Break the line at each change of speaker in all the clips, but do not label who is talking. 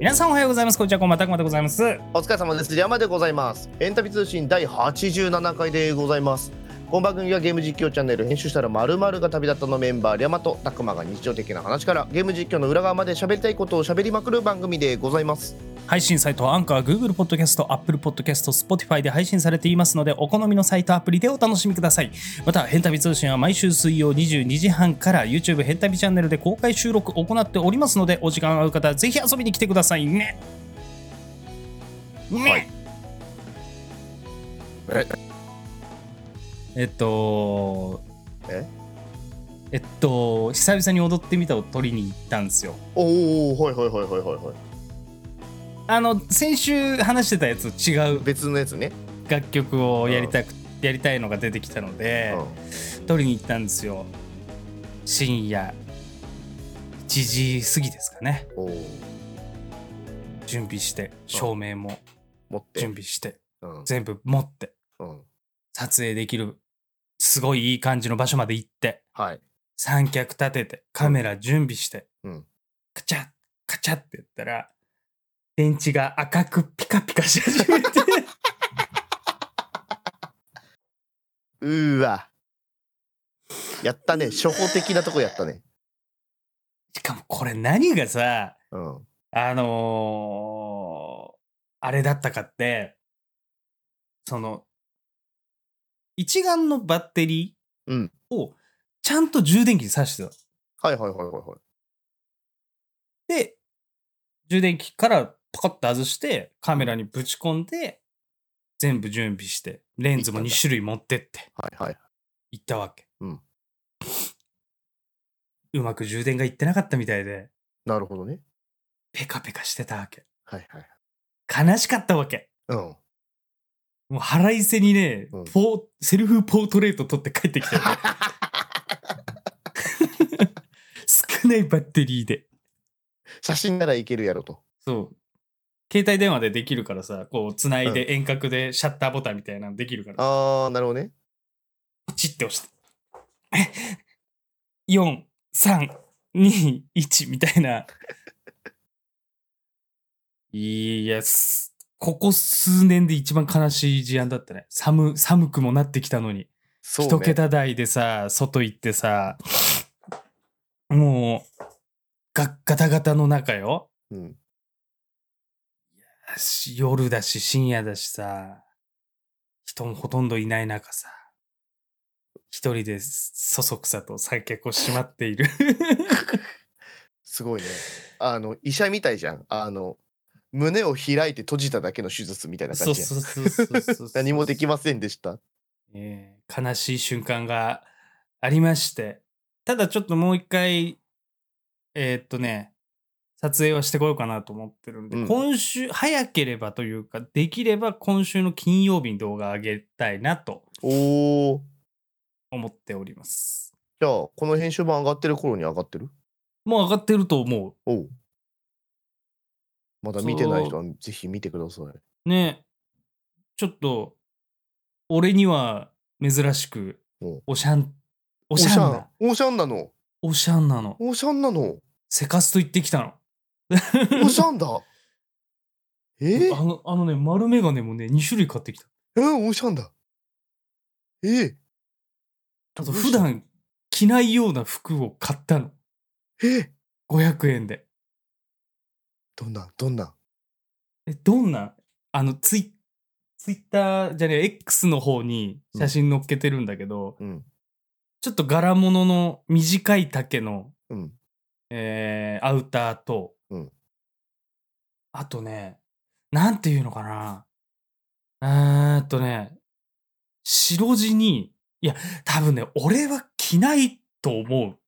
皆さんおはようございます。こんにちは、こんばんは、たくまでございます。
お疲れ様です。リアマでございます。エンタビ通信第87回でございます。この番組はゲーム実況チャンネル編集したら〇〇が旅立ったのメンバーリャマとたくまが日常的な話からゲーム実況の裏側まで喋りたいことを喋りまくる番組でございます。
配信サイトはアンカー、Google ポッドキャスト、Apple ポッドキャスト、Spotify で配信されていますので、お好みのサイトアプリでお楽しみください。また、ヘンタビ通信は毎週水曜22時半から YouTube ヘンタビチャンネルで公開収録を行っておりますので、お時間合う方はぜひ遊びに来てくださいね。ね、
はいえ
えっと、
え
えっと、久々に踊ってみたを取りに行ったんですよ。
おおはいはいはいはいはいはい。
あの、先週話してたやつ違う
別のやつね。
楽曲をやりたく、やりたいのが出てきたので、取りに行ったんですよ深夜1時過ぎですかね
うん、おお
準備して照明も
持って。
準備して
うん
全部持って
うん
撮影できるすごいいい感じの場所まで行って
はい。
三脚立ててカメラ準備して、
うん
カチャッカチャッってやったら電池が赤くピカピカし始 めて
うーわ。やったね。初歩的なとこやったね。
しかもこれ何がさ
うん。
あのーあれだったかって、その、一眼のバッテリ
う
ー
ん
をちゃんと充電器に挿してた。
はいはいはいはいはい。
で、充電器からパカッと外して、カメラにぶち込んで、全部準備して、レンズも
行っ
2
たんだ
種類持ってって
はいはい。
行ったわけ。
うん
うまく充電がいってなかったみたいで、
なるほどね。
ペカペカしてたわけ。
はいはい。
悲しかったわけ。
うん。
もう腹いせにね、
うん
ポーセルフポートレート撮って帰ってきた よね少ないバッテリーで。
写真ならいけるやろと。
そう。携帯電話でできるからさ、こう、つないで遠隔でシャッターボタンみたいなのできるから、
あー、なるほどね。
ポチって押 して。4、3、2、1みたいな。いや、すここ数年で一番悲しい事案だったね。寒、寒くもなってきたのに。
そう
一
ね。
桁台でさ外行ってさもうガガタガタの中よ
うん。
し夜だし深夜だしさ人もほとんどいない中さ一人でそそくさと三脚をしまって いる
すごいね。あの、医者みたいじゃん。あの、胸を開いて閉じただけの手術みたいな
そ
感
う
じやん。
そうそうそうそう
何もでき
ま
ませんでした。
せん、ええ悲しい瞬間がありましてただちょっともう一回えーっとね撮影はしてこようかなと思ってるんで、
うん
今週早ければというかできれば今週の金曜日に動画上げたいなと
おー。
思っております
じゃあ、この編集版上がってる頃に上がってる
もう上がってると思
おう。まだ見てない人はぜひ見てください。
うねちょっと俺には珍しく
うん
おしゃんお
お
しゃんな
おしゃんなの。
おしゃんなの
おしゃんなの。
セカスト行ってきたの
おしゃ んだ。えー
あのあのね丸眼鏡もね2種類買ってきた
うん、おしゃんだ。えー
あと普段着ないような服を買ったの
えー
500円で
どんな、どんな。
えどんなあのツイツイッターじゃねえ X の方に写真載っけてるんだけど、
うん。
ちょっと柄物の短い丈の、
うん。
えーアウターと、
うん
あとねなんていうのかなえーっとね白地にいや多分ね俺は着ないと思う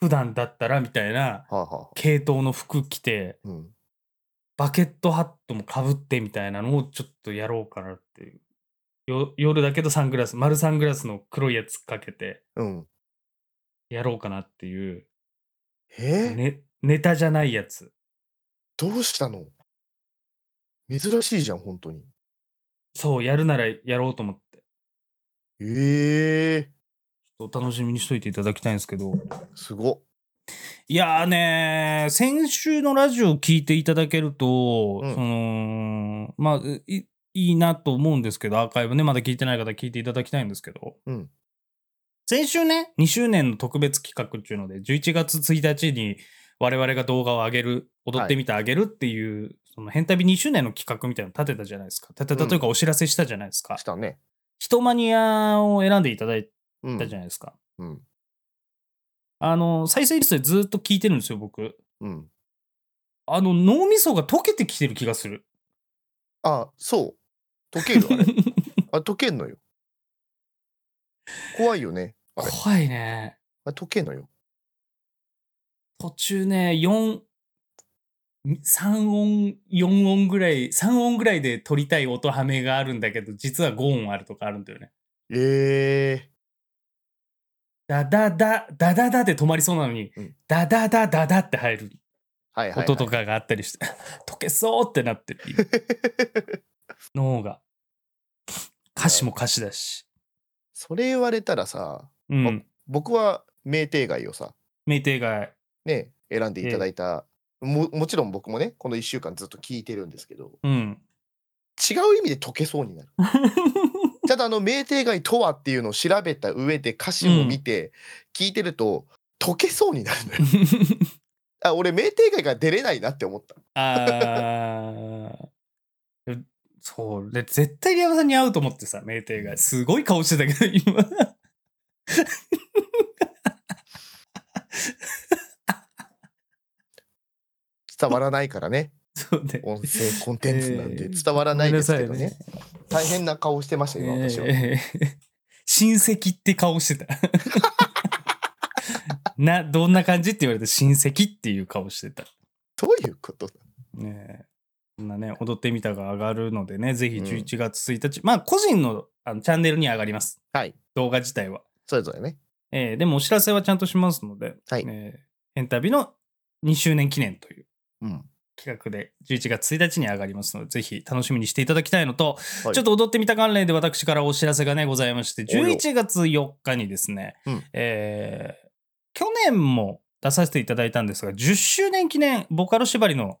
普段だったらみたいな
はあ、はあ。
系統の服着て
うん。
バケットハットもかぶってみたいなのをちょっとやろうかなっていう。よ夜だけどサングラス、丸サングラスの黒いやつかけて
うん。
やろうかなっていう、
えー
ね、ネタじゃないやつ。
どうしたの珍しいじゃん、本当に。
そう、やるならやろうと思って。
ええ
ちょっとお楽しみにしといていただきたいんですけど、
すごっ。
いやーねー先週のラジオを聞いていただけると、
うん
そのまあいいいなと思うんですけどアーカイブねまだ聞いてない方聞いていただきたいんですけど、
うん
先週ね2周年の特別企画っていうので11月1日に我々が動画を上げる踊ってみてあげるっていう、その変旅2周年の企画みたいなの立てたじゃないですか立てたというかお知らせしたじゃないですか、
したね。
ヒトマニアを選んでいただい
うん
たじゃないですか、
うん
あの再生リストでずっと聞いてるんですよ僕
うん。
あの脳みそが溶けてきてる気がする
あ、そう。溶ける あれ。あれ溶けんのよ。怖いよね。あれ
怖いね
あれ溶けんのよ。
途中ね43音4音ぐらい3音ぐらいで取りたい音はめがあるんだけど実は5音あるとかあるんだよね
え
ダダダダダダで止まりそうなのに、
うん
ダダダダダって入る
ー。はいはい、はい。
音とかがあったりして、 溶けそうってなってる今脳が歌詞も歌詞だし
それ言われたらさ、
うん
僕は名定外をさ、
名定外
ね、選んでいただいた、ももちろん僕もね、この1週間ずっと聞いてるんですけど、
うん
違う意味で解けそうにな る。ただあの、名定外とはっていうのを調べた上で歌詞も見て、聞いてると、解けそうになるのよ。あ、俺、名定外から出れないなって思った。
あーそうで絶対リ山さんに会うと思ってさ名定外すごい顔してたけど今
伝わらないからね。
そうで
音声コンテンツな ん
え
で
ー
伝わらないですけど
ごめんな
ね
さ。
大変な顔してましたよ、今私は。
ええ 親戚って顔してた などんな感じって言われて親戚っていう顔してた
どういうこと
ねえそんなね踊ってみたが上がるのでねぜひ11月1日、まあ個人のあのチャンネルに上がります
はい。
動画自体は、
それぞれね。
ええでもお知らせはちゃんとしますので「
はい
ええエンタビ」の2周年記念という
うん。
企画で11月1日に上がりますのでぜひ楽しみにしていただきたいのと、
はい
ちょっと踊ってみた関連で私からお知らせがねございまして
およ
11月4日にですね、
うん
えー去年も出させていただいたんですが10周年記念ボカロ縛りの、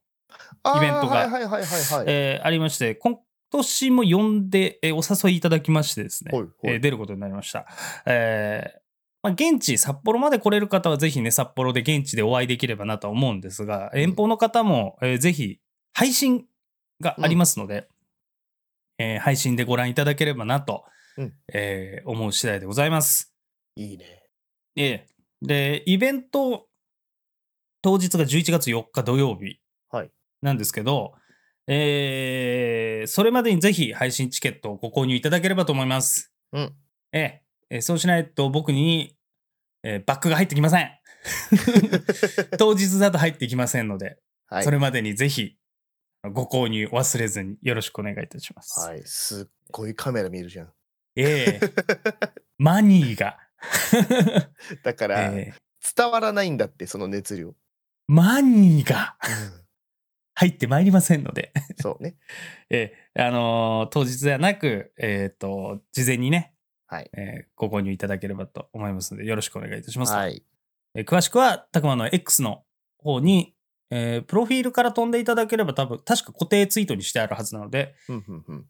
あー
イベントが
はいはいはいはいはい。
えーありまして今年も呼んで、えーお誘いいただきましてですね、
ほいほい
えー出ることになりました。えーまあ、現地札幌まで来れる方はぜひね札幌で現地でお会いできればなとは思うんですが
ん
遠方の方も、えーぜひ配信がありますので、えー配信でご覧いただければなと、
うん
えー思う次第でございます。
いいね。
ええで、イベント当日が11月4日土曜日
はい
なんですけど、えーそれまでにぜひ配信チケットをご購入いただければと思います。
うん
えええーそうしないと僕に、えーバックが入ってきませ ん。当日だと入ってきませんので、
はい
そ。れまでにぜひご購入忘れずによろしくお願いいたします。
はい。すっごいカメラ見えるじゃん。
ええマニーが、
だから、
ええ
伝わらないんだって、その熱量。
マニーが入ってまいりませんので。
そうね。
えーあのー当日ではなく、えっ、と、事前にね、
はい
えーご購入いただければと思いますので、よろしくお願いいたします。
はい。
えー詳しくは、たくまの X の方に、えープロフィールから飛んでいただければ、多分、確か固定ツイートにしてあるはずなので、
うんうんうん。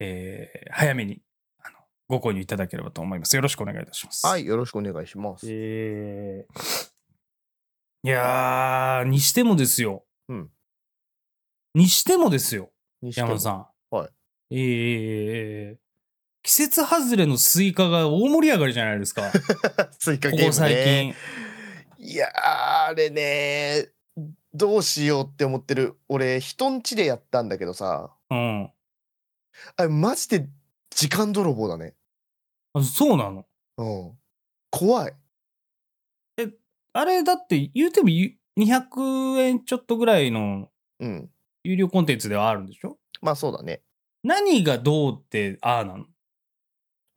えー早めにあのご購入いただければと思います。よろしくお願いいたします。。
はいい。よろしくお願いします。
えーいやー、にしてもですよ。
うん
にしてもですよ。
西
山田さ
ん。
ん。
はい
ええええええ季節外れのスイカが大盛り上がりじゃない ですか。こ
スイカゲーム、ね、
こ最近。
いやーあれねどうしようって思ってる俺人ん家でやったんだけどさ
うん
あれマジで時間泥棒だね
あ。そうなの。
うん怖い
あれだって言うてもゆ200円ちょっとぐらいの
うん
有料コンテンツではあるんでしょ
まあそうだね
何がどうってああなの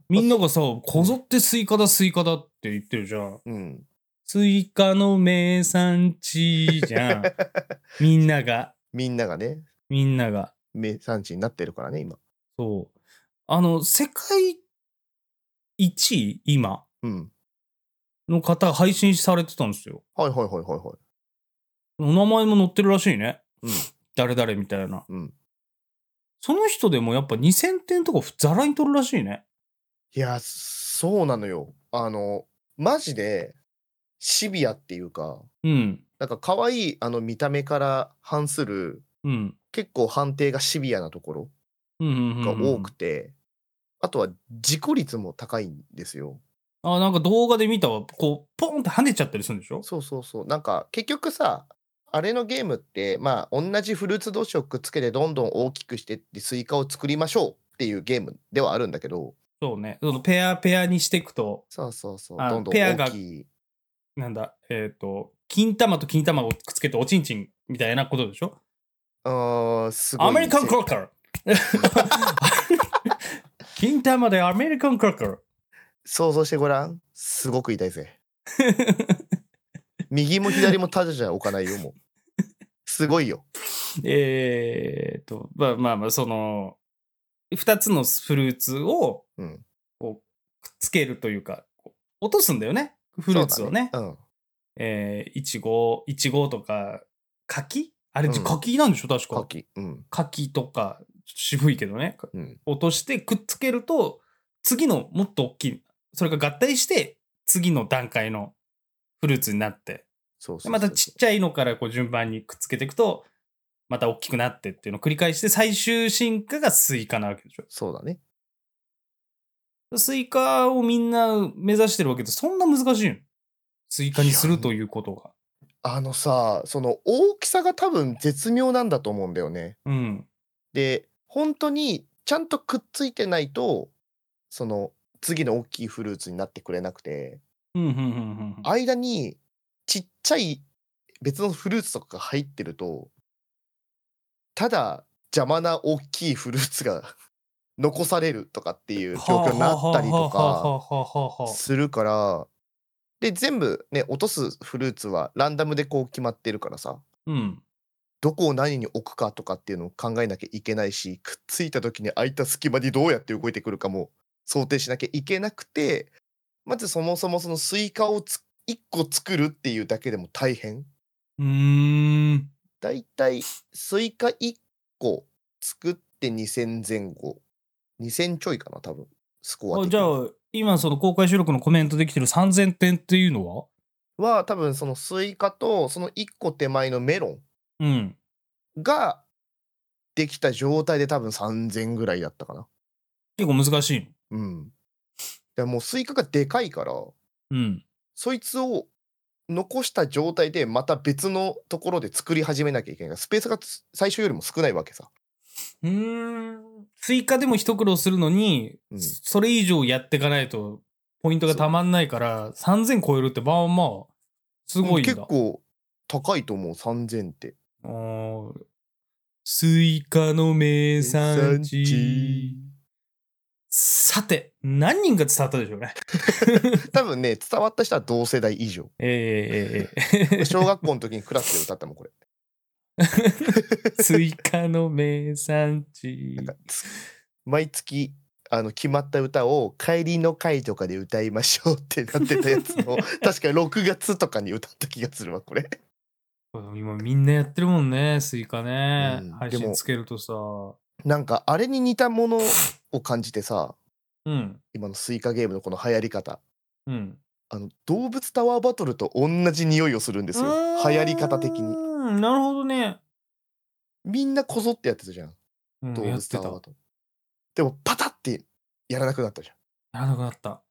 みんながさ、こぞってスイカだスイカだって言ってるじゃん。
うん
スイカの名産地じ ゃん。みんなが、
みんながね
みんなが。
名産地になってるからね今
そう。あの、世界1位今、
うん
の方が配信されてたんですよ。
はいはいはいはいはい。
お名前も載ってるらしいね。
うん
誰々みたいな。
うん
その人でもやっぱ2000点とかざらに取るらしいね。
いや、そうなのよ。あの、マジでシビアっていうか、
うん。
なんか可愛いあの見た目から反する、
うん。
結構判定がシビアなところ
うんうんうん
が
うん
多くて、あとは事故率も高いんですよ。
あなんか動画で見たわこうポンって跳ねちゃったりするんでしょ
そうそうそう。なんか結局さ、あれのゲームって、まあ同じフルーツ同士をくっつけてどんどん大きくしてってスイカを作りましょうっていうゲームではあるんだけど、
そうねそのペアペアにしていくと
そうそうそう、
あ
どんどん
ペアが
大きい。
なんだえっ、と金玉と金玉をくっつけておちんちんみたいなことでしょ
あーすごい。
アメリカンクロッカー 金玉でアメリカンクロッカー
想像してごらん。すごく痛 いぜ。右も左もタジャじゃ置かないよ、もう。すごいよ。
えーっと、まあまあまあ、その、2つのフルーツを
うん。
こうくっつけるというか、こう落とすんだよね、フルーツをね。
そうだうん。
えーいちご、いちごとか、柿あれ、
うん
柿なんでしょ、確か。
牡蠣。うん。
柿とか、ちょっと渋いけどね。
うん。
落としてくっつけると、次のもっと大きい、それが合体して、次の段階のフルーツになって。
そう
で
そうそう
またちっちゃいのからこう順番にくっつけていくとまた大きくなってっていうのを繰り返して最終進化がスイカなわけでしょ
そうだね。
スイカをみんな目指してるわけでそんな難しいのスイカにするということが
あのさ、その大きさが多分絶妙なんだと思うんだよね。
うん
で、本当にちゃんとくっついてないと、その次の大きいフルーツになってくれなくて、
うんうんうんうん
間にちっちゃい別のフルーツとかが入ってると、ただ邪魔な大きいフルーツが 残されるとかっていう状況になったりと
はあは
か
あはあはあはあはあ
するから、で、全部ね、落とすフルーツはランダムでこう決まってるからさ。
うん
どこを何に置くかとかっていうのを考えなきゃいけないしくっついた時に空いた隙間にどうやって動いてくるかも想定しなきゃいけなくてまずそもそもそのスイカをつ1個作るっていうだけでも大変
うーん
だいたいスイカ1個作って2000前後2000ちょいかな多分スコア
あ
的
じ
に
ゃあ今その公開収録のコメントできてる3000点っていうのは
は多分そのスイカとその1個手前のメロ
うん
ンができた状態で多分3000ぐらいだったかな
結構難しい
うん。でもうスイカがでかいから、
のうん
そいつを残した状態でまた別のところで作り始めなきゃいけないから、スペースがつ最初よりも少ないわけさ。
うーんスイカでも一苦労するのに、
うん
それ以上やっていかないとポイントがたまんないから3000超えるってまあまあすごいんだ
結構高いと思う、3000って。
あースイカの名産地さて何人が伝わったでしょうね
多分ね、 伝わった人は同世代以上。
えー、えーえーえ
小学校の時にクラスで歌ったもん、これ。
ースイカの名産地
なんかつ毎月、あの決まった歌を帰りの会とかで歌いましょうってなってたやつ を確か6月とかに歌った気がするわこれ
今みんなやってるもんねスイカね、
うん
配
で
信
も
つけるとさ
なんかあれに似たものを感じてさ
うん
今のスイカゲームのこの流行り方
うん
あの動物タワーバトルと同じ匂いをするんですよ流行り方的に
になるほどね、
みんなこぞってやってたじゃん
うん、
動
やっ
物
て
タ
た
ワーバトルでもパタってやらなくなったじゃん
やらなくなった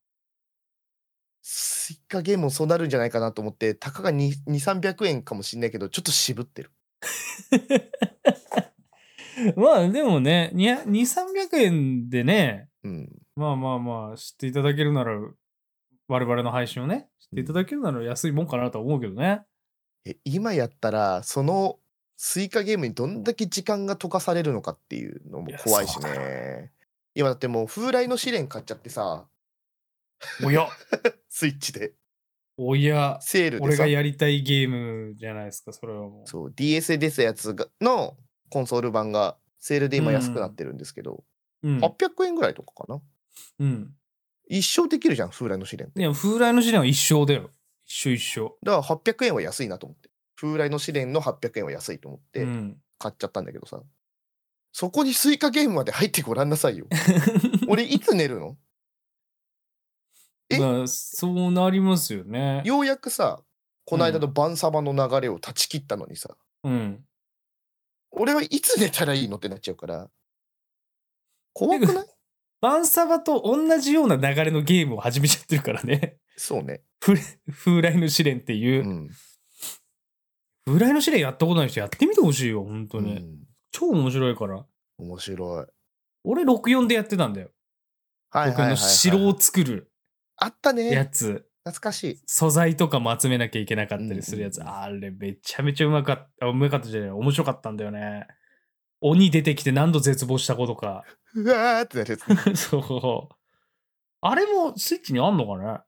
スイカゲームもそうなるんじゃないかなと思ってたかが2300円かもしんないけどちょっと渋ってる
まあでもね2300円でね
うん
まあまあまあ知っていただけるなら我々の配信をね知っていただけるなら安いもんかなとは思うけど ね、
え今やったらそのスイカゲームにどんだけ時間が溶かされるのかっていうのも怖いし
いやそう
ね今だってもう風来の試練買っちゃってさ
おや
スイッチで
おや
セールでさ
俺がやりたいゲームじゃないですかそれはもう
そう DS で出たやつがのコンソール版がセールで今安
う
く
ん
なってるんですけど、
うん、
800円ぐらいとかかな
うん、
一生できるじゃん、風来の試練。
いや、風来の試練は一生だよ。一生一生。
だから800円は安いなと思って。風来の試練の800円は安いと思って
うん、
買っちゃったんだけどさ。そこにスイカゲームまで入ってごらんなさ いよ。俺いつ寝るのえ
まあそうなりますよね。
ようやくさ、この間の晩サバの流れを断ち切ったのにさ、
うん。
俺はいつ寝たらいいのってなっちゃうから。怖く
て
ない
バンサバと同じような流れのゲームを始めちゃってるからね。
そうね。
風風来の試練っていうう。
ん。
風来の試練やったことない人やってみてほしいよ、本当に。
うん
超面白いから。
面白い。
俺64でやってたんだよ。
はいはい
僕
はい、
あ
はい。
の城を作る
あった
や
ね。
つ、
懐かしい。
素材とかも集めなきゃいけなかったりするやつ。
うんうん
あれめちゃめちゃうまかった。あうまかったじゃない。面白かったんだよね。鬼出てきて何度絶望したことか。
うわーってなるやつ。
そう。あれもスイッチにあんのかね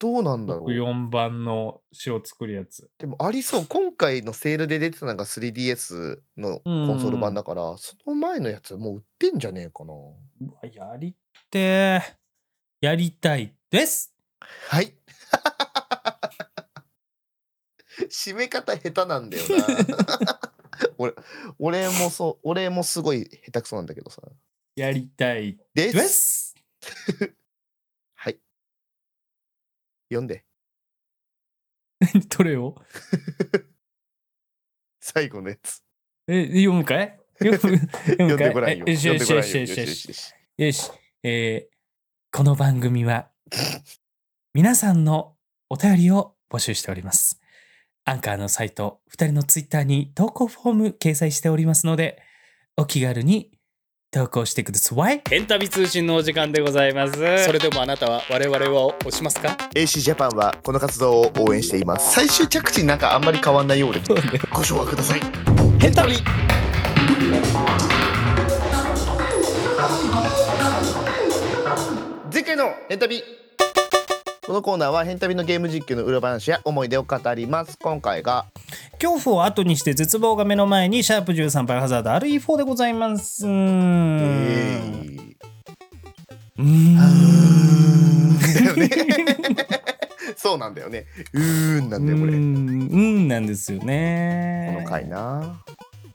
どうなんだろう。
?4 番の詩を作るやつ。
でもありそう。今回のセールで出てたのが 3DS のコンソール版だから、その前のやつもう売ってんじゃねえかな。
うわやりてーやりたいです
はい。締め方下手なんだよな。俺俺もそう俺もすごい下手くそなんだけどさ。
やりたい
で。
ですす
はい。読んで。
どれを
最後のやつ。
え、読むかい読む読
読
む
ん
かい
でごらんよ。
えよ
読ん
し
で
よ
ご
し
ら
よ
ん
し
よ。
よし
よしよ
よ
し
し
よし
よし、えーこの番組は皆さんのお便りを募集しております。アンカーのサイト、2人のツイッターに投稿フォーム掲載しておりますので、お気軽に投稿してください。エンタビ通信のお時間でございます。
それでもあなたは我々を押しますか
AC ジャパンはこの活動を応援しています。最終着地なんかあんまり変わんないようです。
そうね
ご唱和ください。
ヘンタビ
前回のヘンタビこのコーナーはヘンタビのゲーム実況の裏話や思い出を語ります今回が
恐怖を後にして絶望が目の前にシャープ13倍ハザード RE4 でございます。うー
え
ん。
ー
うーん
だよねそうなんだよねうーんなんだよこ
うーん
れ
うんなんですよね。
この回な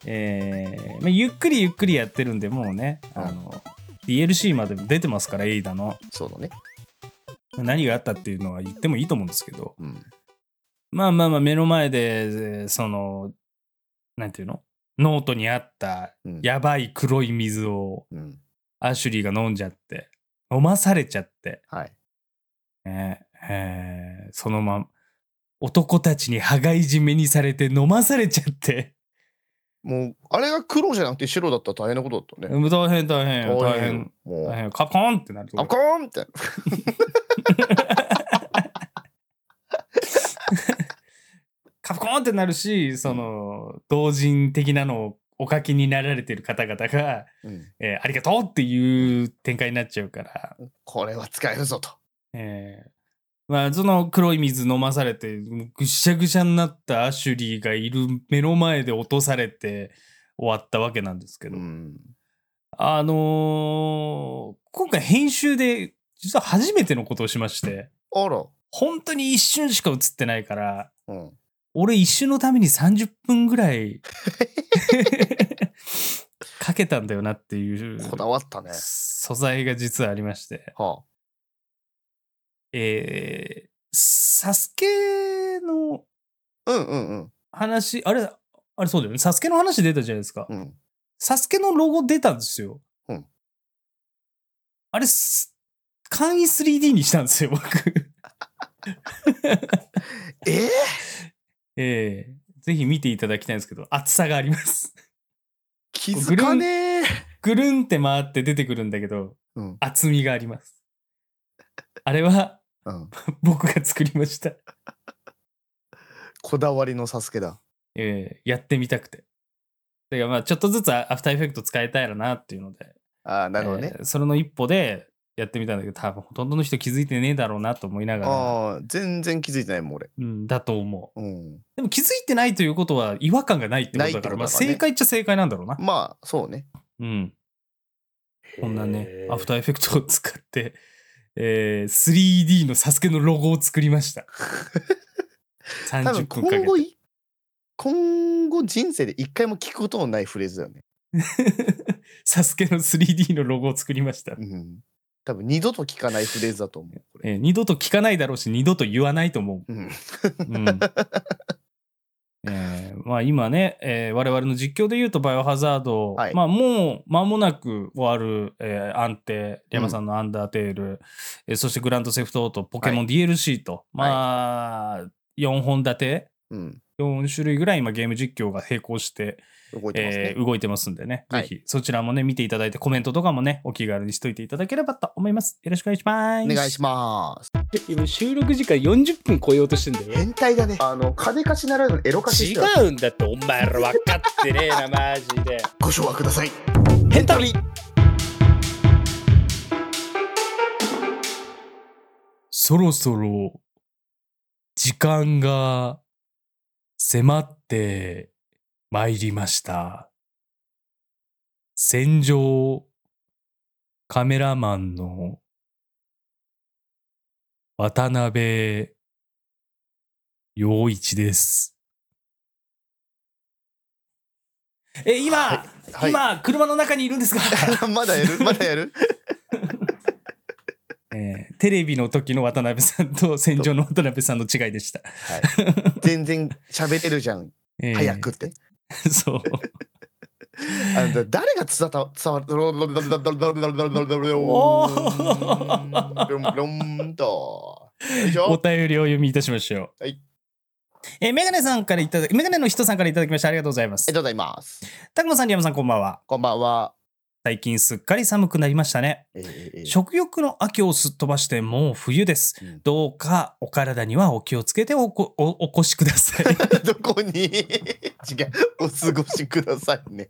えーまあ、ゆっくりゆっくりやってるんでもうね、あの DLC までも出てますからエイダの
そうだね
何があったっていうのは言ってもいいと思うんですけど
うん
まあまあまあ目の前でえーそのなんていうのノートにあった
うん
やばい黒い水を
うん
アシュリーが飲んじゃって飲まされちゃって、
はい
ねえーそのまま男たちに羽交い締めにされて飲まされちゃって。
もうあれが黒じゃなくて白だったら大変なことだったね
うん大変大変よ大変
も
大
う
変よカポンってなるとこ
あコーンって
カポンってなるしその同人的なのをお書きになられてる方々が、
うん
えーありがとうっていう展開になっちゃうから、
これは使えるぞと
えーまあその黒い水飲まされてぐしゃぐしゃになったアシュリーがいる目の前で落とされて終わったわけなんですけど、
うん
あのー今回編集で実は初めてのことをしまして。
あら
本当に一瞬しか映ってないから、
うん
俺一瞬のために30分ぐら いかけたんだよなっていう
こだわったね
素材が実はありまして、
は
えー、サスケの
あうんうんうん
話、あれ、あれそうだよね。サスケの話出たじゃないですか。
うん
サスケのロゴ出たんですよ。
うん
あれ、す簡易 3D にしたんですよ、僕。
えー
ええぜひ見ていただきたいんですけど、厚さがあります。
気づかねえ
ぐるんって回って出てくるんだけど、
うん
厚みがあります。あれは
うん
僕が作りました。
こだわりのサスケだ
ええやってみたくて。だからまあちょっとずつアフターエフェクト使えたやろなっていうので、
ああなるほどね
ええそれの一歩でやってみたんだけど、多分ほとんどの人気づいてねえだろうなと思いながら、
ああー全然気づいてないもん俺、
うん、だと思う。
うん、
でも気づいてないということは違和感がないってことだから、ま
ない
あ
ってことだからね
正解っちゃ正解なんだろうな。
まあそうね
うん。こんなね
へ、ー
アフターエフェクトを使って、えー、3D のサスケのロゴを作りました。
多
30分
分
かけ
今
て
後い今後人生で一回も聞くことのないフレーズだよね。
サスケの 3D のロゴを作りました。
うん。多分二度と聞かないフレーズだと思う。これ
えー二度と聞かないだろうし、二度と言わないと思
うん、
う。うんえーまあ今ね、えー我々の実況で言うと、バイオハザード、
はい
まあもう間もなく終わる、えー、安定、リャマさんのアンダーテール、えーそしてグランドセフトオート、ポケモン DLC と、まあ、四4本立て、
うん。
4種類ぐらい今ゲーム実況が並行して、
動いてます
え
ね。
ー動いてますんでね、
はい
ぜひそちらもね、見ていただいて、コメントとかもね、お気軽にしといていただければと思います。よろしくお願いします。
お願いします。
で今収録時間40分超えようとしてんだよ
変態だね。あの、金貸しならぬエロ貸しして
違うんだってお前ら分かってねえなマジで
ご唱和ください。
ヘンタビ
そろそろ、時間が迫ってまいりました。戦場カメラマンの渡辺陽一です。え、今、
はい
今、車の中にいるんですか
まだやるまだやる
えーテレビの時の渡辺さんと戦場の渡辺さんの違いでした。
全然喋れるじゃん。
えー
早くって。
そう。
あの誰が伝わ伝わ る
お
ロンロンと。よいし
お
ょ
便りをお読みいたしましょう。
はい。
えーメガネさんからいただき、メガネの人さんからいただきました。ありがとうございま
あ
す
りがとう。ございます。
たくまさん、りやまさん、こんばんは。
こんばんは。
最近すっかり寒くなりましたね。
えーえー
食欲の秋をすっ飛ばして、もう冬です。
うん
どうかお体にはお気をつけておこおお越しください。
どこに違う、お過ごしくださいね。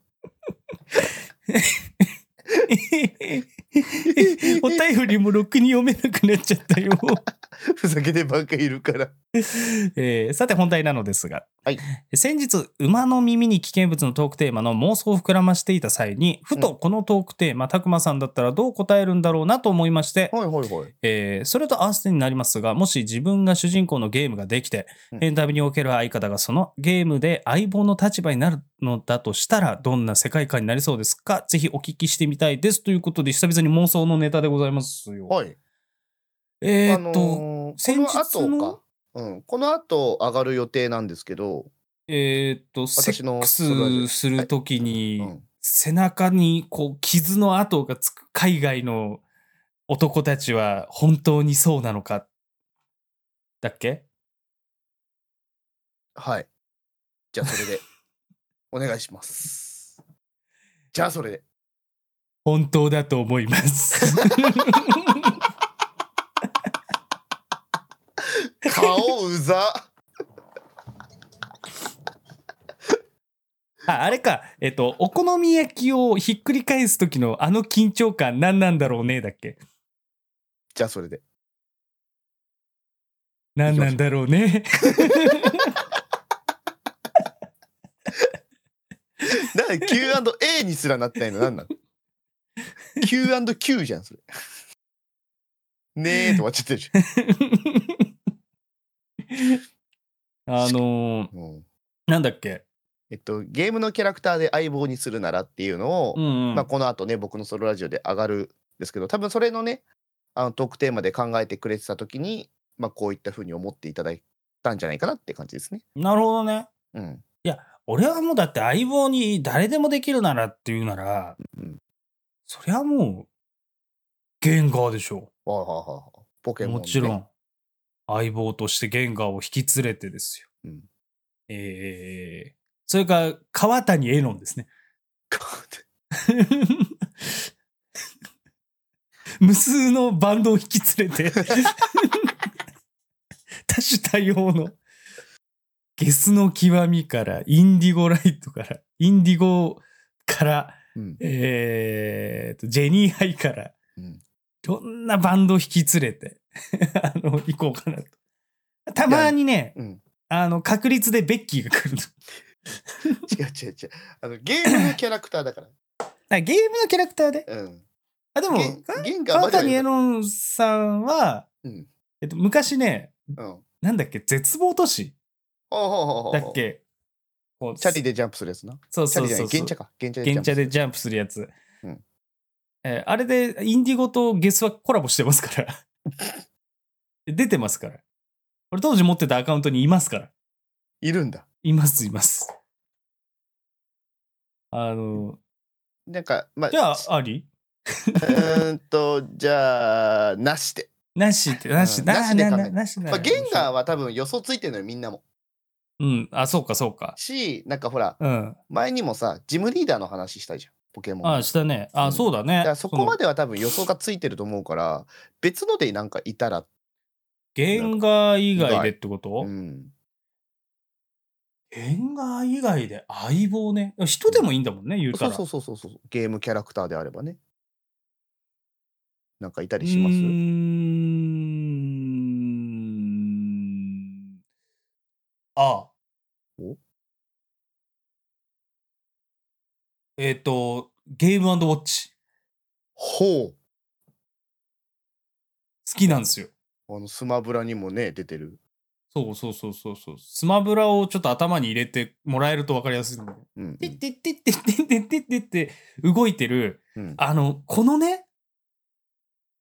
お便りもろくに読めなくなっちゃったよ。
ふざけてばっかいるから。
えーさて本題なのですが、
はい
先日馬の耳に危険物のトークテーマの妄想を膨らましていた際にふとこのトークテーマ、たくまさんだったらどう答えるんだろうなと思いまして、
はいはいはい。
えーそれと合わせてになりますがもし自分が主人公のゲームができて、
うん
エンタメにおける相方がそのゲームで相棒の立場になるのだとしたらどんな世界観になりそうですかぜひお聞きしてみたいですということで久々に妄想のネタでございますよ。
はい。
え
あ
ー
の
っ
ー
と、
こ
先
の
日
後
の
か。うん、この後上がる予定なんですけど、
えーっと、セ
私
ッ
の
クスするときに、
うん、
背中にこう傷の跡がつく海外の男たちは本当にそうなのかだっけ
はい。じゃあそれでお願いします。じゃあそれで。
本当だと思います。
顔うざ。
ああれか、えっと、お好み焼きをひっくり返す時のあの緊張感何なんだろうねだっけ
じゃあそれで。
何なんだろうね。
なんで Q&A にすらなってないのなんなの ?Q&Q じゃん、それ。ねえと終わっちゃってるじゃ
あのー
ん。うん
なんだっけ
えっと、ゲームのキャラクターで相棒にするならっていうのを、
うんうん、
まあ、この後ね、僕のソロラジオで上がるんですけど、多分それのね、あのトークテーマで考えてくれてた時に、まあ、こういったふうに思っていただいたんじゃないかなって感じですね。
なるほどね。
うん。
俺はもうだって相棒に誰でもできるならっていうなら、
うん
そりゃもうゲンガーでしょ
わあはあはあはあポケモン、ね。
もちろ。ん相棒としてゲンガーを引き連れてですよ、
うん
えーそれから川谷絵音ですね 無数のバンドを引き連れて 多種多様のゲスの極みからインディゴライトからインディゴから、
うん
えーとジェニーハイから
うん
いろんなバンドを引き連れて あの行こうかなと。たまにね、
うん。
あの確率でベッキーが来るの。だか
違う違う違う。あの、ゲームのキャラクターだから。
らゲームのキャラクターで
うん。
あ、でも、
げん
か
玄関
川
までは
谷絵音さんは、
うん
えっと、昔ね、
うんほう
なんだっけ、絶望都市
ほうほうほう
だっけこう
チャリでジャンプするやつな
そう
チャ
そ
リ
う
じゃな
そそう
いう現茶か現茶でジャ
原
ンプ
茶でジャンプす
する
るやつ。
うん
えーあれで、インディゴとゲスはコラボしてますから。 出てますから。俺当時持ってたアカウントにいますから。
いるんだ
います、います。あの、
なんかまあ
じゃあ、あり
うーんとじゃあなしで
なしって、なし、
うんなしで考え
なしな
まあ、ゲンガーは多分予想ついてるのよみんなも
うん、あ、そうか、そうか。
しなんかほら
うん。
前にもさジムリーダーの話したじゃんポケモン
あ、したね。あ、
うん
そうだ
だ
ね
か。らそこま
で。
では多分予想がついてると思うから別のでなんかいたら
ゲンガー以外でってこ
う
と
ん
ゲンガー以外で相棒ね。人でもいいんだもんね、言うた
そう
ら。
そうそうそうそうゲームキャラクターであればねなんかいた
う
りします
ーん。ああ。
お
えっ、と、ゲームウォッチ。
ほ
好きなんですよ。
うあのスマブラにもね出てる
そうそうそうそうそう。スマブラをちょっと頭に入れてもらえると分かりやすいので。
うん
てってってってってってってってって動いてる、
うん
あの、このね、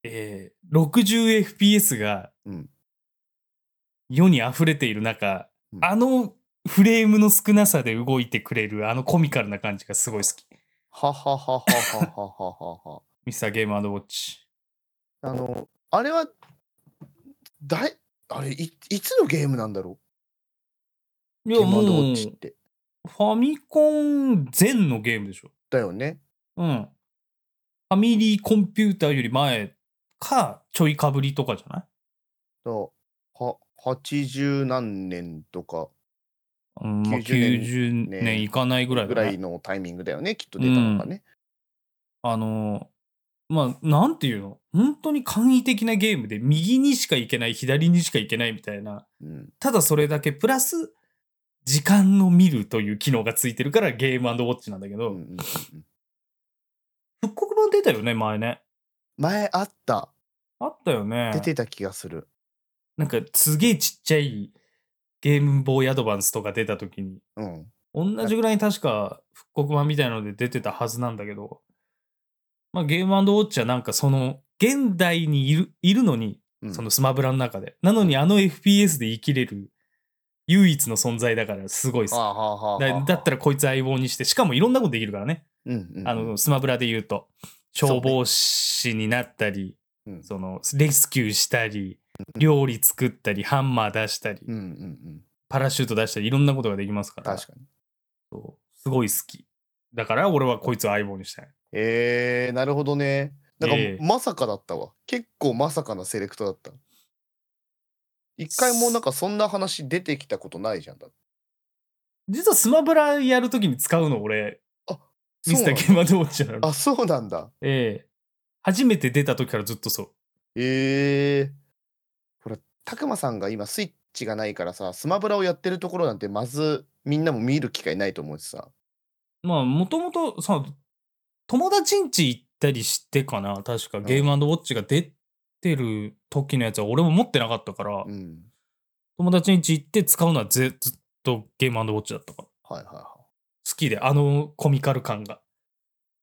えー 60fps が
うん
世に溢れている中、
うん
あのフレームの少なさで動いてくれる、あのコミカルな感じがすごい好き。
ははははははははは
ミスターゲームウォッチ。
あのあれはだいあれいいつのゲームなんだろ
いうや、
ゲーム
も
アンドウォ
う、
ッチっ
フ
て
ァミコン前のゲームでしょ。
だよね
うん。ファミリーコンピューターより前か、ちょいかぶりとかじゃない
だは80何年とか
うん、まあ
90
90年いかないぐらい
ぐ
だね
らいのタイミングだよねきっと出たのがね、
あのーまあなんていうの本当に簡易的なゲームで右にしか行けない左にしか行けないみたいな
うん、
ただそれだけプラス時間の見るという機能がついてるからゲームウォッチなんだけ
う
ど、
んうんうんうん
復刻版出たよね前ね
前あった
あったよね
出てた気がする、
なんかすげえちっちゃいゲームボーイアドバンスとか出た時に
うん、
同じぐらいに確か復刻版みたいなので出てたはずなんだけど、まあ、ゲームウォッチはなんかその現代にいるいるのに
うん
そのスマブラの中で、なのにあの FPS で生きれる唯一の存在だからすごいっす
ああはあはあはあ
だだったらこいつ相棒にしてしかもいろんなことできるからね、
うんうんうん
あのスマブラで言うと消防士になったり
う
そ、
ん
のレスキューしたり料理作ったりハンマー出したり、
うんうんうん
パラシュート出したりいろんなことができますから
確かに
そうすごい好き。だから俺はこいつを相棒にしたい。
えー、なるほどねなんか、
ええ
まさかだったわ結構まさかなセレクトだった一回もなんかそんな話出てきたことないじゃんだって
実はスマブラやるときに使うの俺、ミスターゲ
そう
ーマードウォッチな
なん
の。
あそうなんだ
ええ初めて出たときからずっとそう。
ええほら、たくまさんが今スイッチがないからさ、スマブラをやってるところなんてまずみんなも見る機会ないと思うしさ。
まあ、もともと、さ、友達ん家行ったりしてかな、確か。ゲームウォッチが出てる時のやつは俺も持ってなかったから、
うん。
友達ん家行って使うのはぜずっとゲームウォッチだったから。
はいはいは
好きで、あのコミカル感が。
い。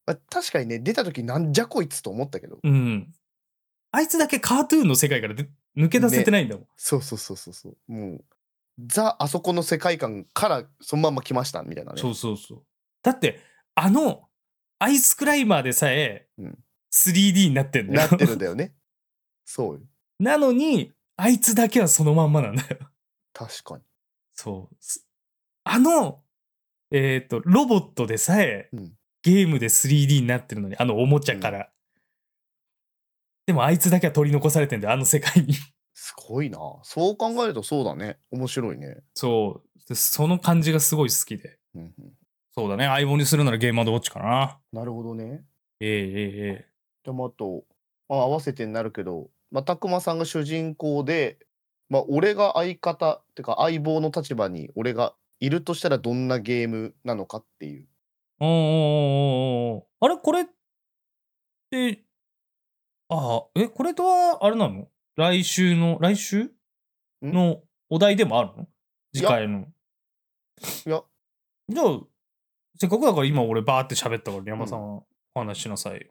まあ、確かにね、出た時なんじゃこいつと思ったけど。
うん。あいつだけカートゥーンの世界からで抜け出せてないんだもん。
そうそうそうそうそう。もう、ザ・あそこの世界観からそのまんま来ましたみたいなね。
そうそうそう。だって、あの、アイスクライマーでさえ
うん、
3D になってん だ
な
よ。
ってるんだよね。そうよ。
なのに、あいつだけはそのまんまなんだよ。
確かに。
そう。すあの、えっ、と、ロボットでさえ、
うん
ゲームで 3D になってるのに、あのおもちゃから。でも、あいつだけは取り残されてんだよ、あの世界に。
すごいな。そう考えるとそうだね。面白いね。
そう。でその感じがすごい好きで。
うんうん、
そうだね。相棒にするならゲームはどっちかな。
なるほどね。
ええええええ
でもあと、まあ、合わせてになるけど、まあ、たくまさんが主人公で、まあ、俺が相方ってか相棒の立場に俺がいるとしたらどんなゲームなのかっていう
おーおーおーおーあれこれってああ、え、これとは、あれなの来週の、来週のお題でもあるの次回の。
いや。
じゃあ、せっかくだから今俺バーって喋ったから、リ山さんお話しなさいよ。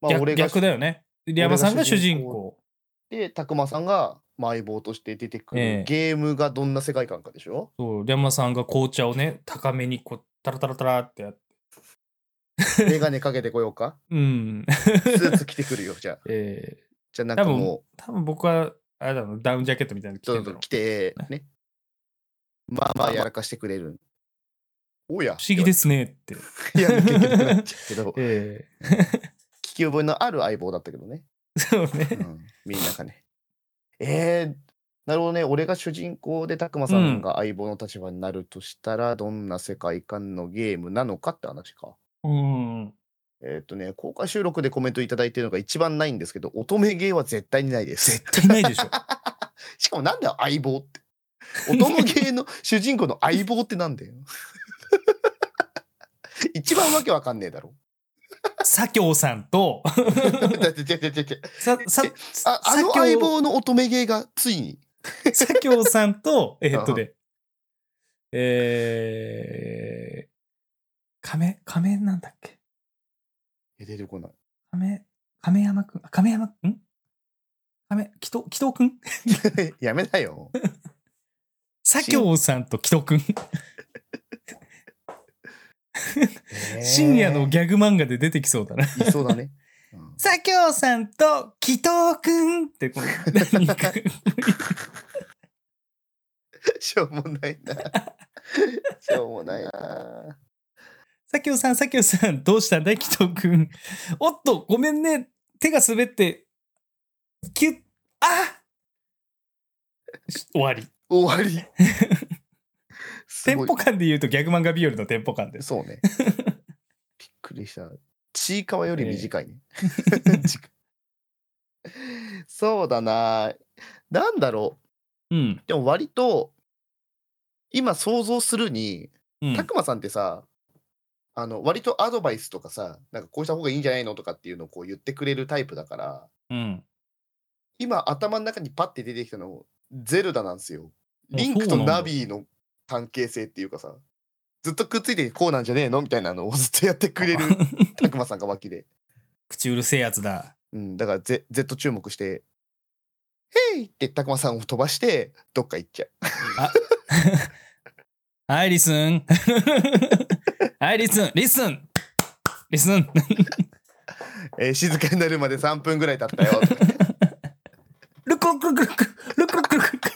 まあ、
逆
俺が
逆だよね。リ山さんが主人
俺が主
公。
で、たくまさんが相棒として出てくる、
ええ
ゲームがどんな世界観かでしょ
そう、リ山さんが紅茶をね、高めにこう、タラタラタラってやって。
メガネかけてこようか
うん。
スーツ着てくるよ、じゃあ。
ええ
じゃあなんか
多分
も
多分僕は、あれだろう、ダウンジャケットみたいなの
う、
着
ち
て
ょ
んだ
っと
ろう
着て、ね。まあまあやらかしてくれる。おや。
不思議ですねって。
す。いや、結局なっちゃうけ ど、聞
え
き覚えのある相棒だったけどね。
えそう
う
ね。
ん、みんながね。えー、なるほどね。俺が主人公で、たくまさんが相棒の立場になるとしたら、どんな世界観のゲームなのかって話か。
うん。
えーっとね、公開収録でコメントいただいてるのが一番ないんですけど、乙女ゲーは絶対にないです。
絶対ないでしょ。
しかもなんだよ、相棒って。乙女ゲ ーの主人公の相棒ってなんだよ。 一番わけわかんねえだろ。
左京さんと、
だって、ちょちょちょちょ
さ、さ、
ああの相棒の乙女ゲーがついに。
左京さん と、えーっとで、えー、仮面、仮面なんだっけ
え出てこない。
仮面、亀山くん、あ亀山くん亀、紀藤、紀藤くん
やめなよ。
左京さんと紀藤くん。 深夜のギャグ漫画で出てきそうだな。
いそうだね。 うん
左京さんと紀藤くんって、この、何か
しょうもないな。しょうもないな。
佐京さん、佐京さん、どうしたんだい、紀藤くん。おっと、ごめんね。手が滑って、キュッ、あし終わり。
終わり。
テンポ
か。
感で言うとギャグ漫画日和のテンポ感です。
そう ね。びっくりした。ちいかわより短いね。 時間そうだな。なんだろ
うん
う。。でも割と、今想像するに、
うん
たくまさんってさ、あの割とアドバイスとかさ、なんかこうした方がいいんじゃないのとかっていうのをこう言ってくれるタイプだから、
うん。
今頭の中にパッて出てきたのゼルダなんですよ。
あ
リンク
そう
と
なんだ
ナビの関係性っていうかさずっとくっついてこうなんじゃねえのみたいなのを ずっとやってくれるたくまさんが脇で、
口うるせえやつだ。
うん、だからゼ Z 注目して「ヘイ!」ってたくまさんを飛ばしてどっか行っちゃう。
はい、リスン。はい、リスン、リスン。リスン。
えー静かになるまで3分ぐらい経ったよ。
ルクルクルクルクルクルクルクルク。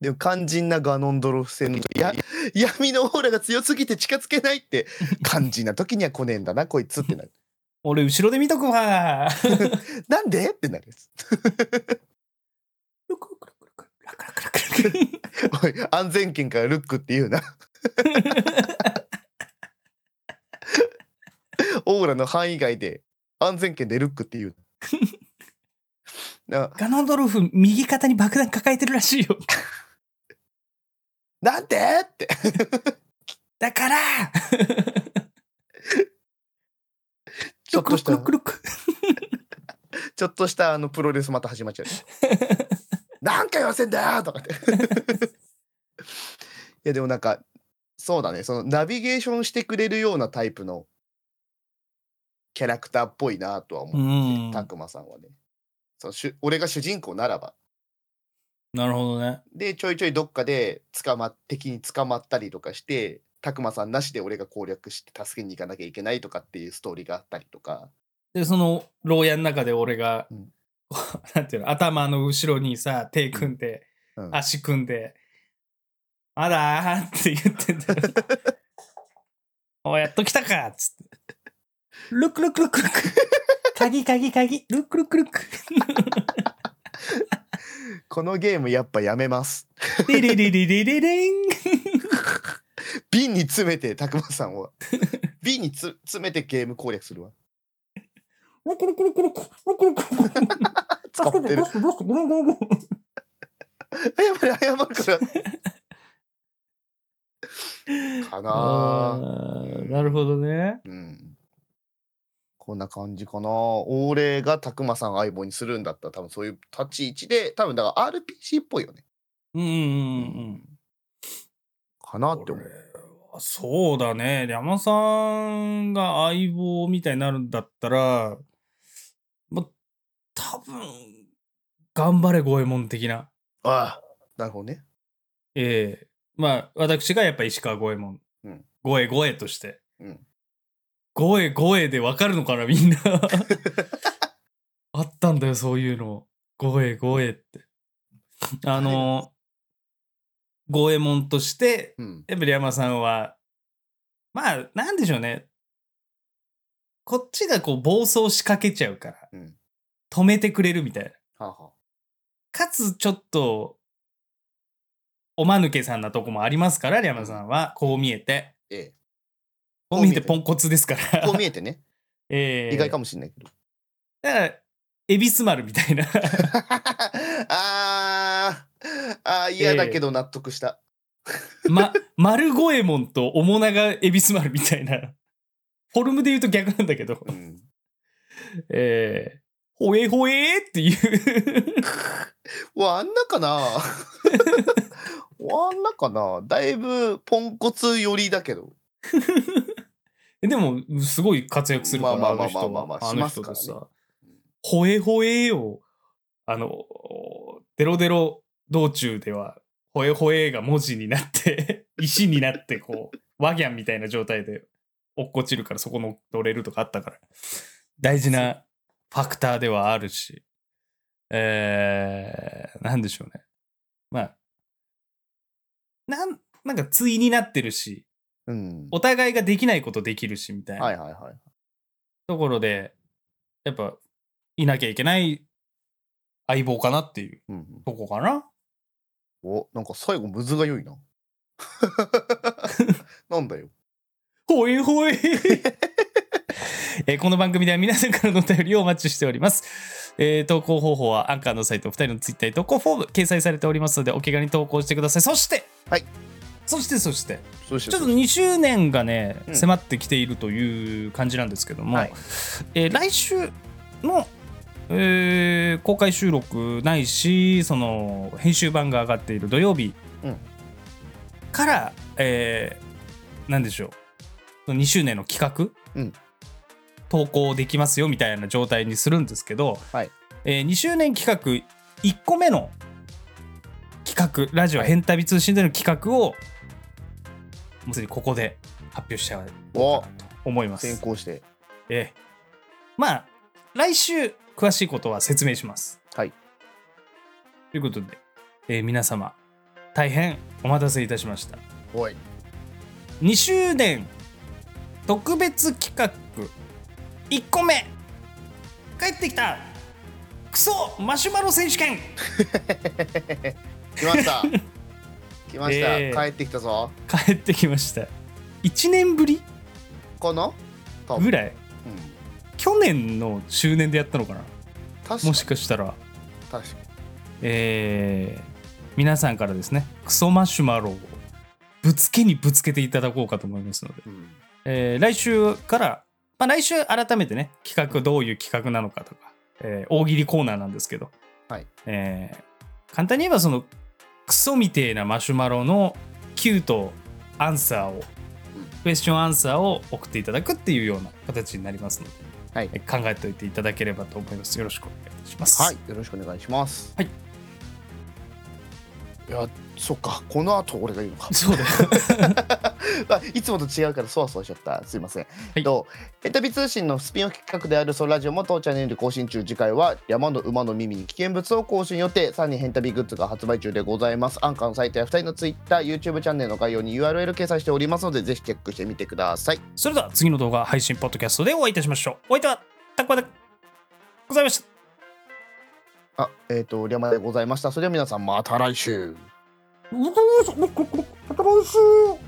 でも肝心なガノンドロフ戦のや闇のオーラが強すぎて近づけないって肝心な時には来ねえんだなこいつってなる。
俺、後ろで見とくわ。
なんでってなるやつ。
ルクルクルクルクルクルクルクルク。
おい安全圏からルックって言うなオーラの範囲外で安全圏でルックって言うなな
ガノンドルフ、右肩に爆弾抱えてるらしいよ。
なんでって
だから
ちょっとした
ルクルクルクル
ちょっとしたあのプロレスまた始まっちゃうなんか言わせんだよとかっていやでもなんかそうだねそのナビゲーションしてくれるようなタイプのキャラクターっぽいなとは思う
クうん。
たくまさんはねその主俺が主人公ならば
なるほどね。
でちょいちょいどっかで捕まっ敵に捕まったりとかしてたくまさんなしで俺が攻略して助けに行かなきゃいけないとかっていうストーリーがあったりとか
で、その、牢屋の中で俺が、
うん
なんていうの、頭の後ろにさ、手組んで、
うんうん
足組んで、まだーって言ってんだよ。おやっと来たかっつって。ルクルクルクルク。鍵鍵鍵。ルクルクルク。
このゲームやっぱやめます
リリリリリリリン。
瓶に詰めてたくまさん を瓶につ詰めてゲーム攻略するわ
ルクルクルクルク。ルクルクルク。
使ってる 謝る謝る からかなあ
あーなるほどね。
うんこんな感じかな。俺がたくまさん相棒にするんだったら、多分そういう立ち位置で、多分だから RPG っぽいよね。
うんうんうん
かな
う
っ
ん
て思う。
俺そうだね山さんが相棒みたいになるんだったらま多分頑張れ五右衛門的な
ああ、なるほどね。
ええまあ私がやっぱ石川五右衛門
うん
五右衛五右衛として
うん
五右衛五右衛でわかるのかなみんなあったんだよそういうの五右衛五右衛ってあの五右衛門として
うん。
エブリ山さんはまあなんでしょうねこっちがこう暴走しかけちゃうから、
うん
止めてくれるみたいな
はあ、は
かつちょっとおまぬけさんなとこもありますからリャマさんはこう見えて
ええ。
こう見えてポンコツですから
こう見えてね、
ええ
意外かもしれないけど。
だから恵比寿丸みたいな
あーあー、嫌だけど納得した。
ま丸五右衛門とおもなが恵比寿丸みたいなフォルムで言うと逆なんだけど
うん。
ええほえほえーっていう
うわ、あんな かなうわあんなかなだいぶポンコツ寄りだけど。
でも、すごい活躍するから、
まあ
あ
まあ
の
まあ
人
まあ
は
まあ。まあ
あ
し
の
ます
人
から
と
ね
さ、ほえほえを、あの、デロデロ道中では、ほえほえが文字になって、 石になって、こう、ワギャンみたいな状態で落っこちるから、そこ乗れるとかあったから、大事なファクターではあるし、えー、なんでしょうね。まあ、なん、なんか、対になってるし、
うん。
お互いができないことできるし、みたいな
はい。はいはい。
ところで、やっぱ、いなきゃいけない相棒かなっていう
うんうん、
とこかな。
お、なんか最後、むずが良 いな。なんだよ。
ほい ほい。えーこの番組では皆さんからのお便りをお待ちしております。えー投稿方法はアンカーのサイト、2人のツイッターに投稿フォーム掲載されておりますので、お気軽に投稿してください。そして、
はい。
そして、そして、
そうし
ち
よ
ょっ
う
と2周年がね、
うん
迫ってきているという感じなんですけども、
はい
えー来週の、えー公開収録ないしその編集版が上がっている土曜日
うん
から、えーなんでしょう2周年の企画、
うん
投稿できますよみたいな状態にするんですけど、
はい
え2周年企画1個目の企画ラジオ「
はい
変旅通信」での企画をもうすでにここで発表しちゃおうか
お
なと思いま
先
す。
行して。
ええ、まあ来週詳しいことは説明します。
はい、
ということで、えー皆様大変お待たせいたしました。
おい。
2周年特別企画1個目帰ってきたクソマシュマロ選手権
来ま した。来ました、
えー
帰ってきたぞ。
帰ってきました1年ぶり
この多分
ぐらい
うん。
去年の周年でやったのかな
確か
も
に。
しかしたら
確かに。
えー皆さんからですねクソマシュマロをぶつけにぶつけていただこうかと思いますので、
うん。
えー来週から、まあ、来週改めてね企画どういう企画なのかとか、えー大喜利コーナーなんですけど、
はい
えー簡単に言えばそのクソみてえなマシュマロのキュートアンサーをクエスチョンアンサーを送っていただくっていうような形になりますので、
はい
えー考えておいていただければと思いますよろしくお願いします、
はい、よろしくお願いします。
はい。
いや、そっか、この後俺が言うのか。
そうだよ
あいつもと違うからそわそわしちゃった。すいません。
い
と、ヘタビ通信のスピンオフ企画であるソラジオも当チャンネルで更新中。次回は山の馬の耳に危険物を更新予定。さらにヘンタビグッズが発売中でございます。アンカーのサイトや2人のツイッター、YouTube チャンネルの概要に URL 掲載しておりますので、ぜひチェックしてみてください。
それでは次の動画配信ポッドキャストでお会いいたしましょうお相手はたくまでございました
あ、えっ、と、リャマでございました。それでは皆さんまた来週。
また来週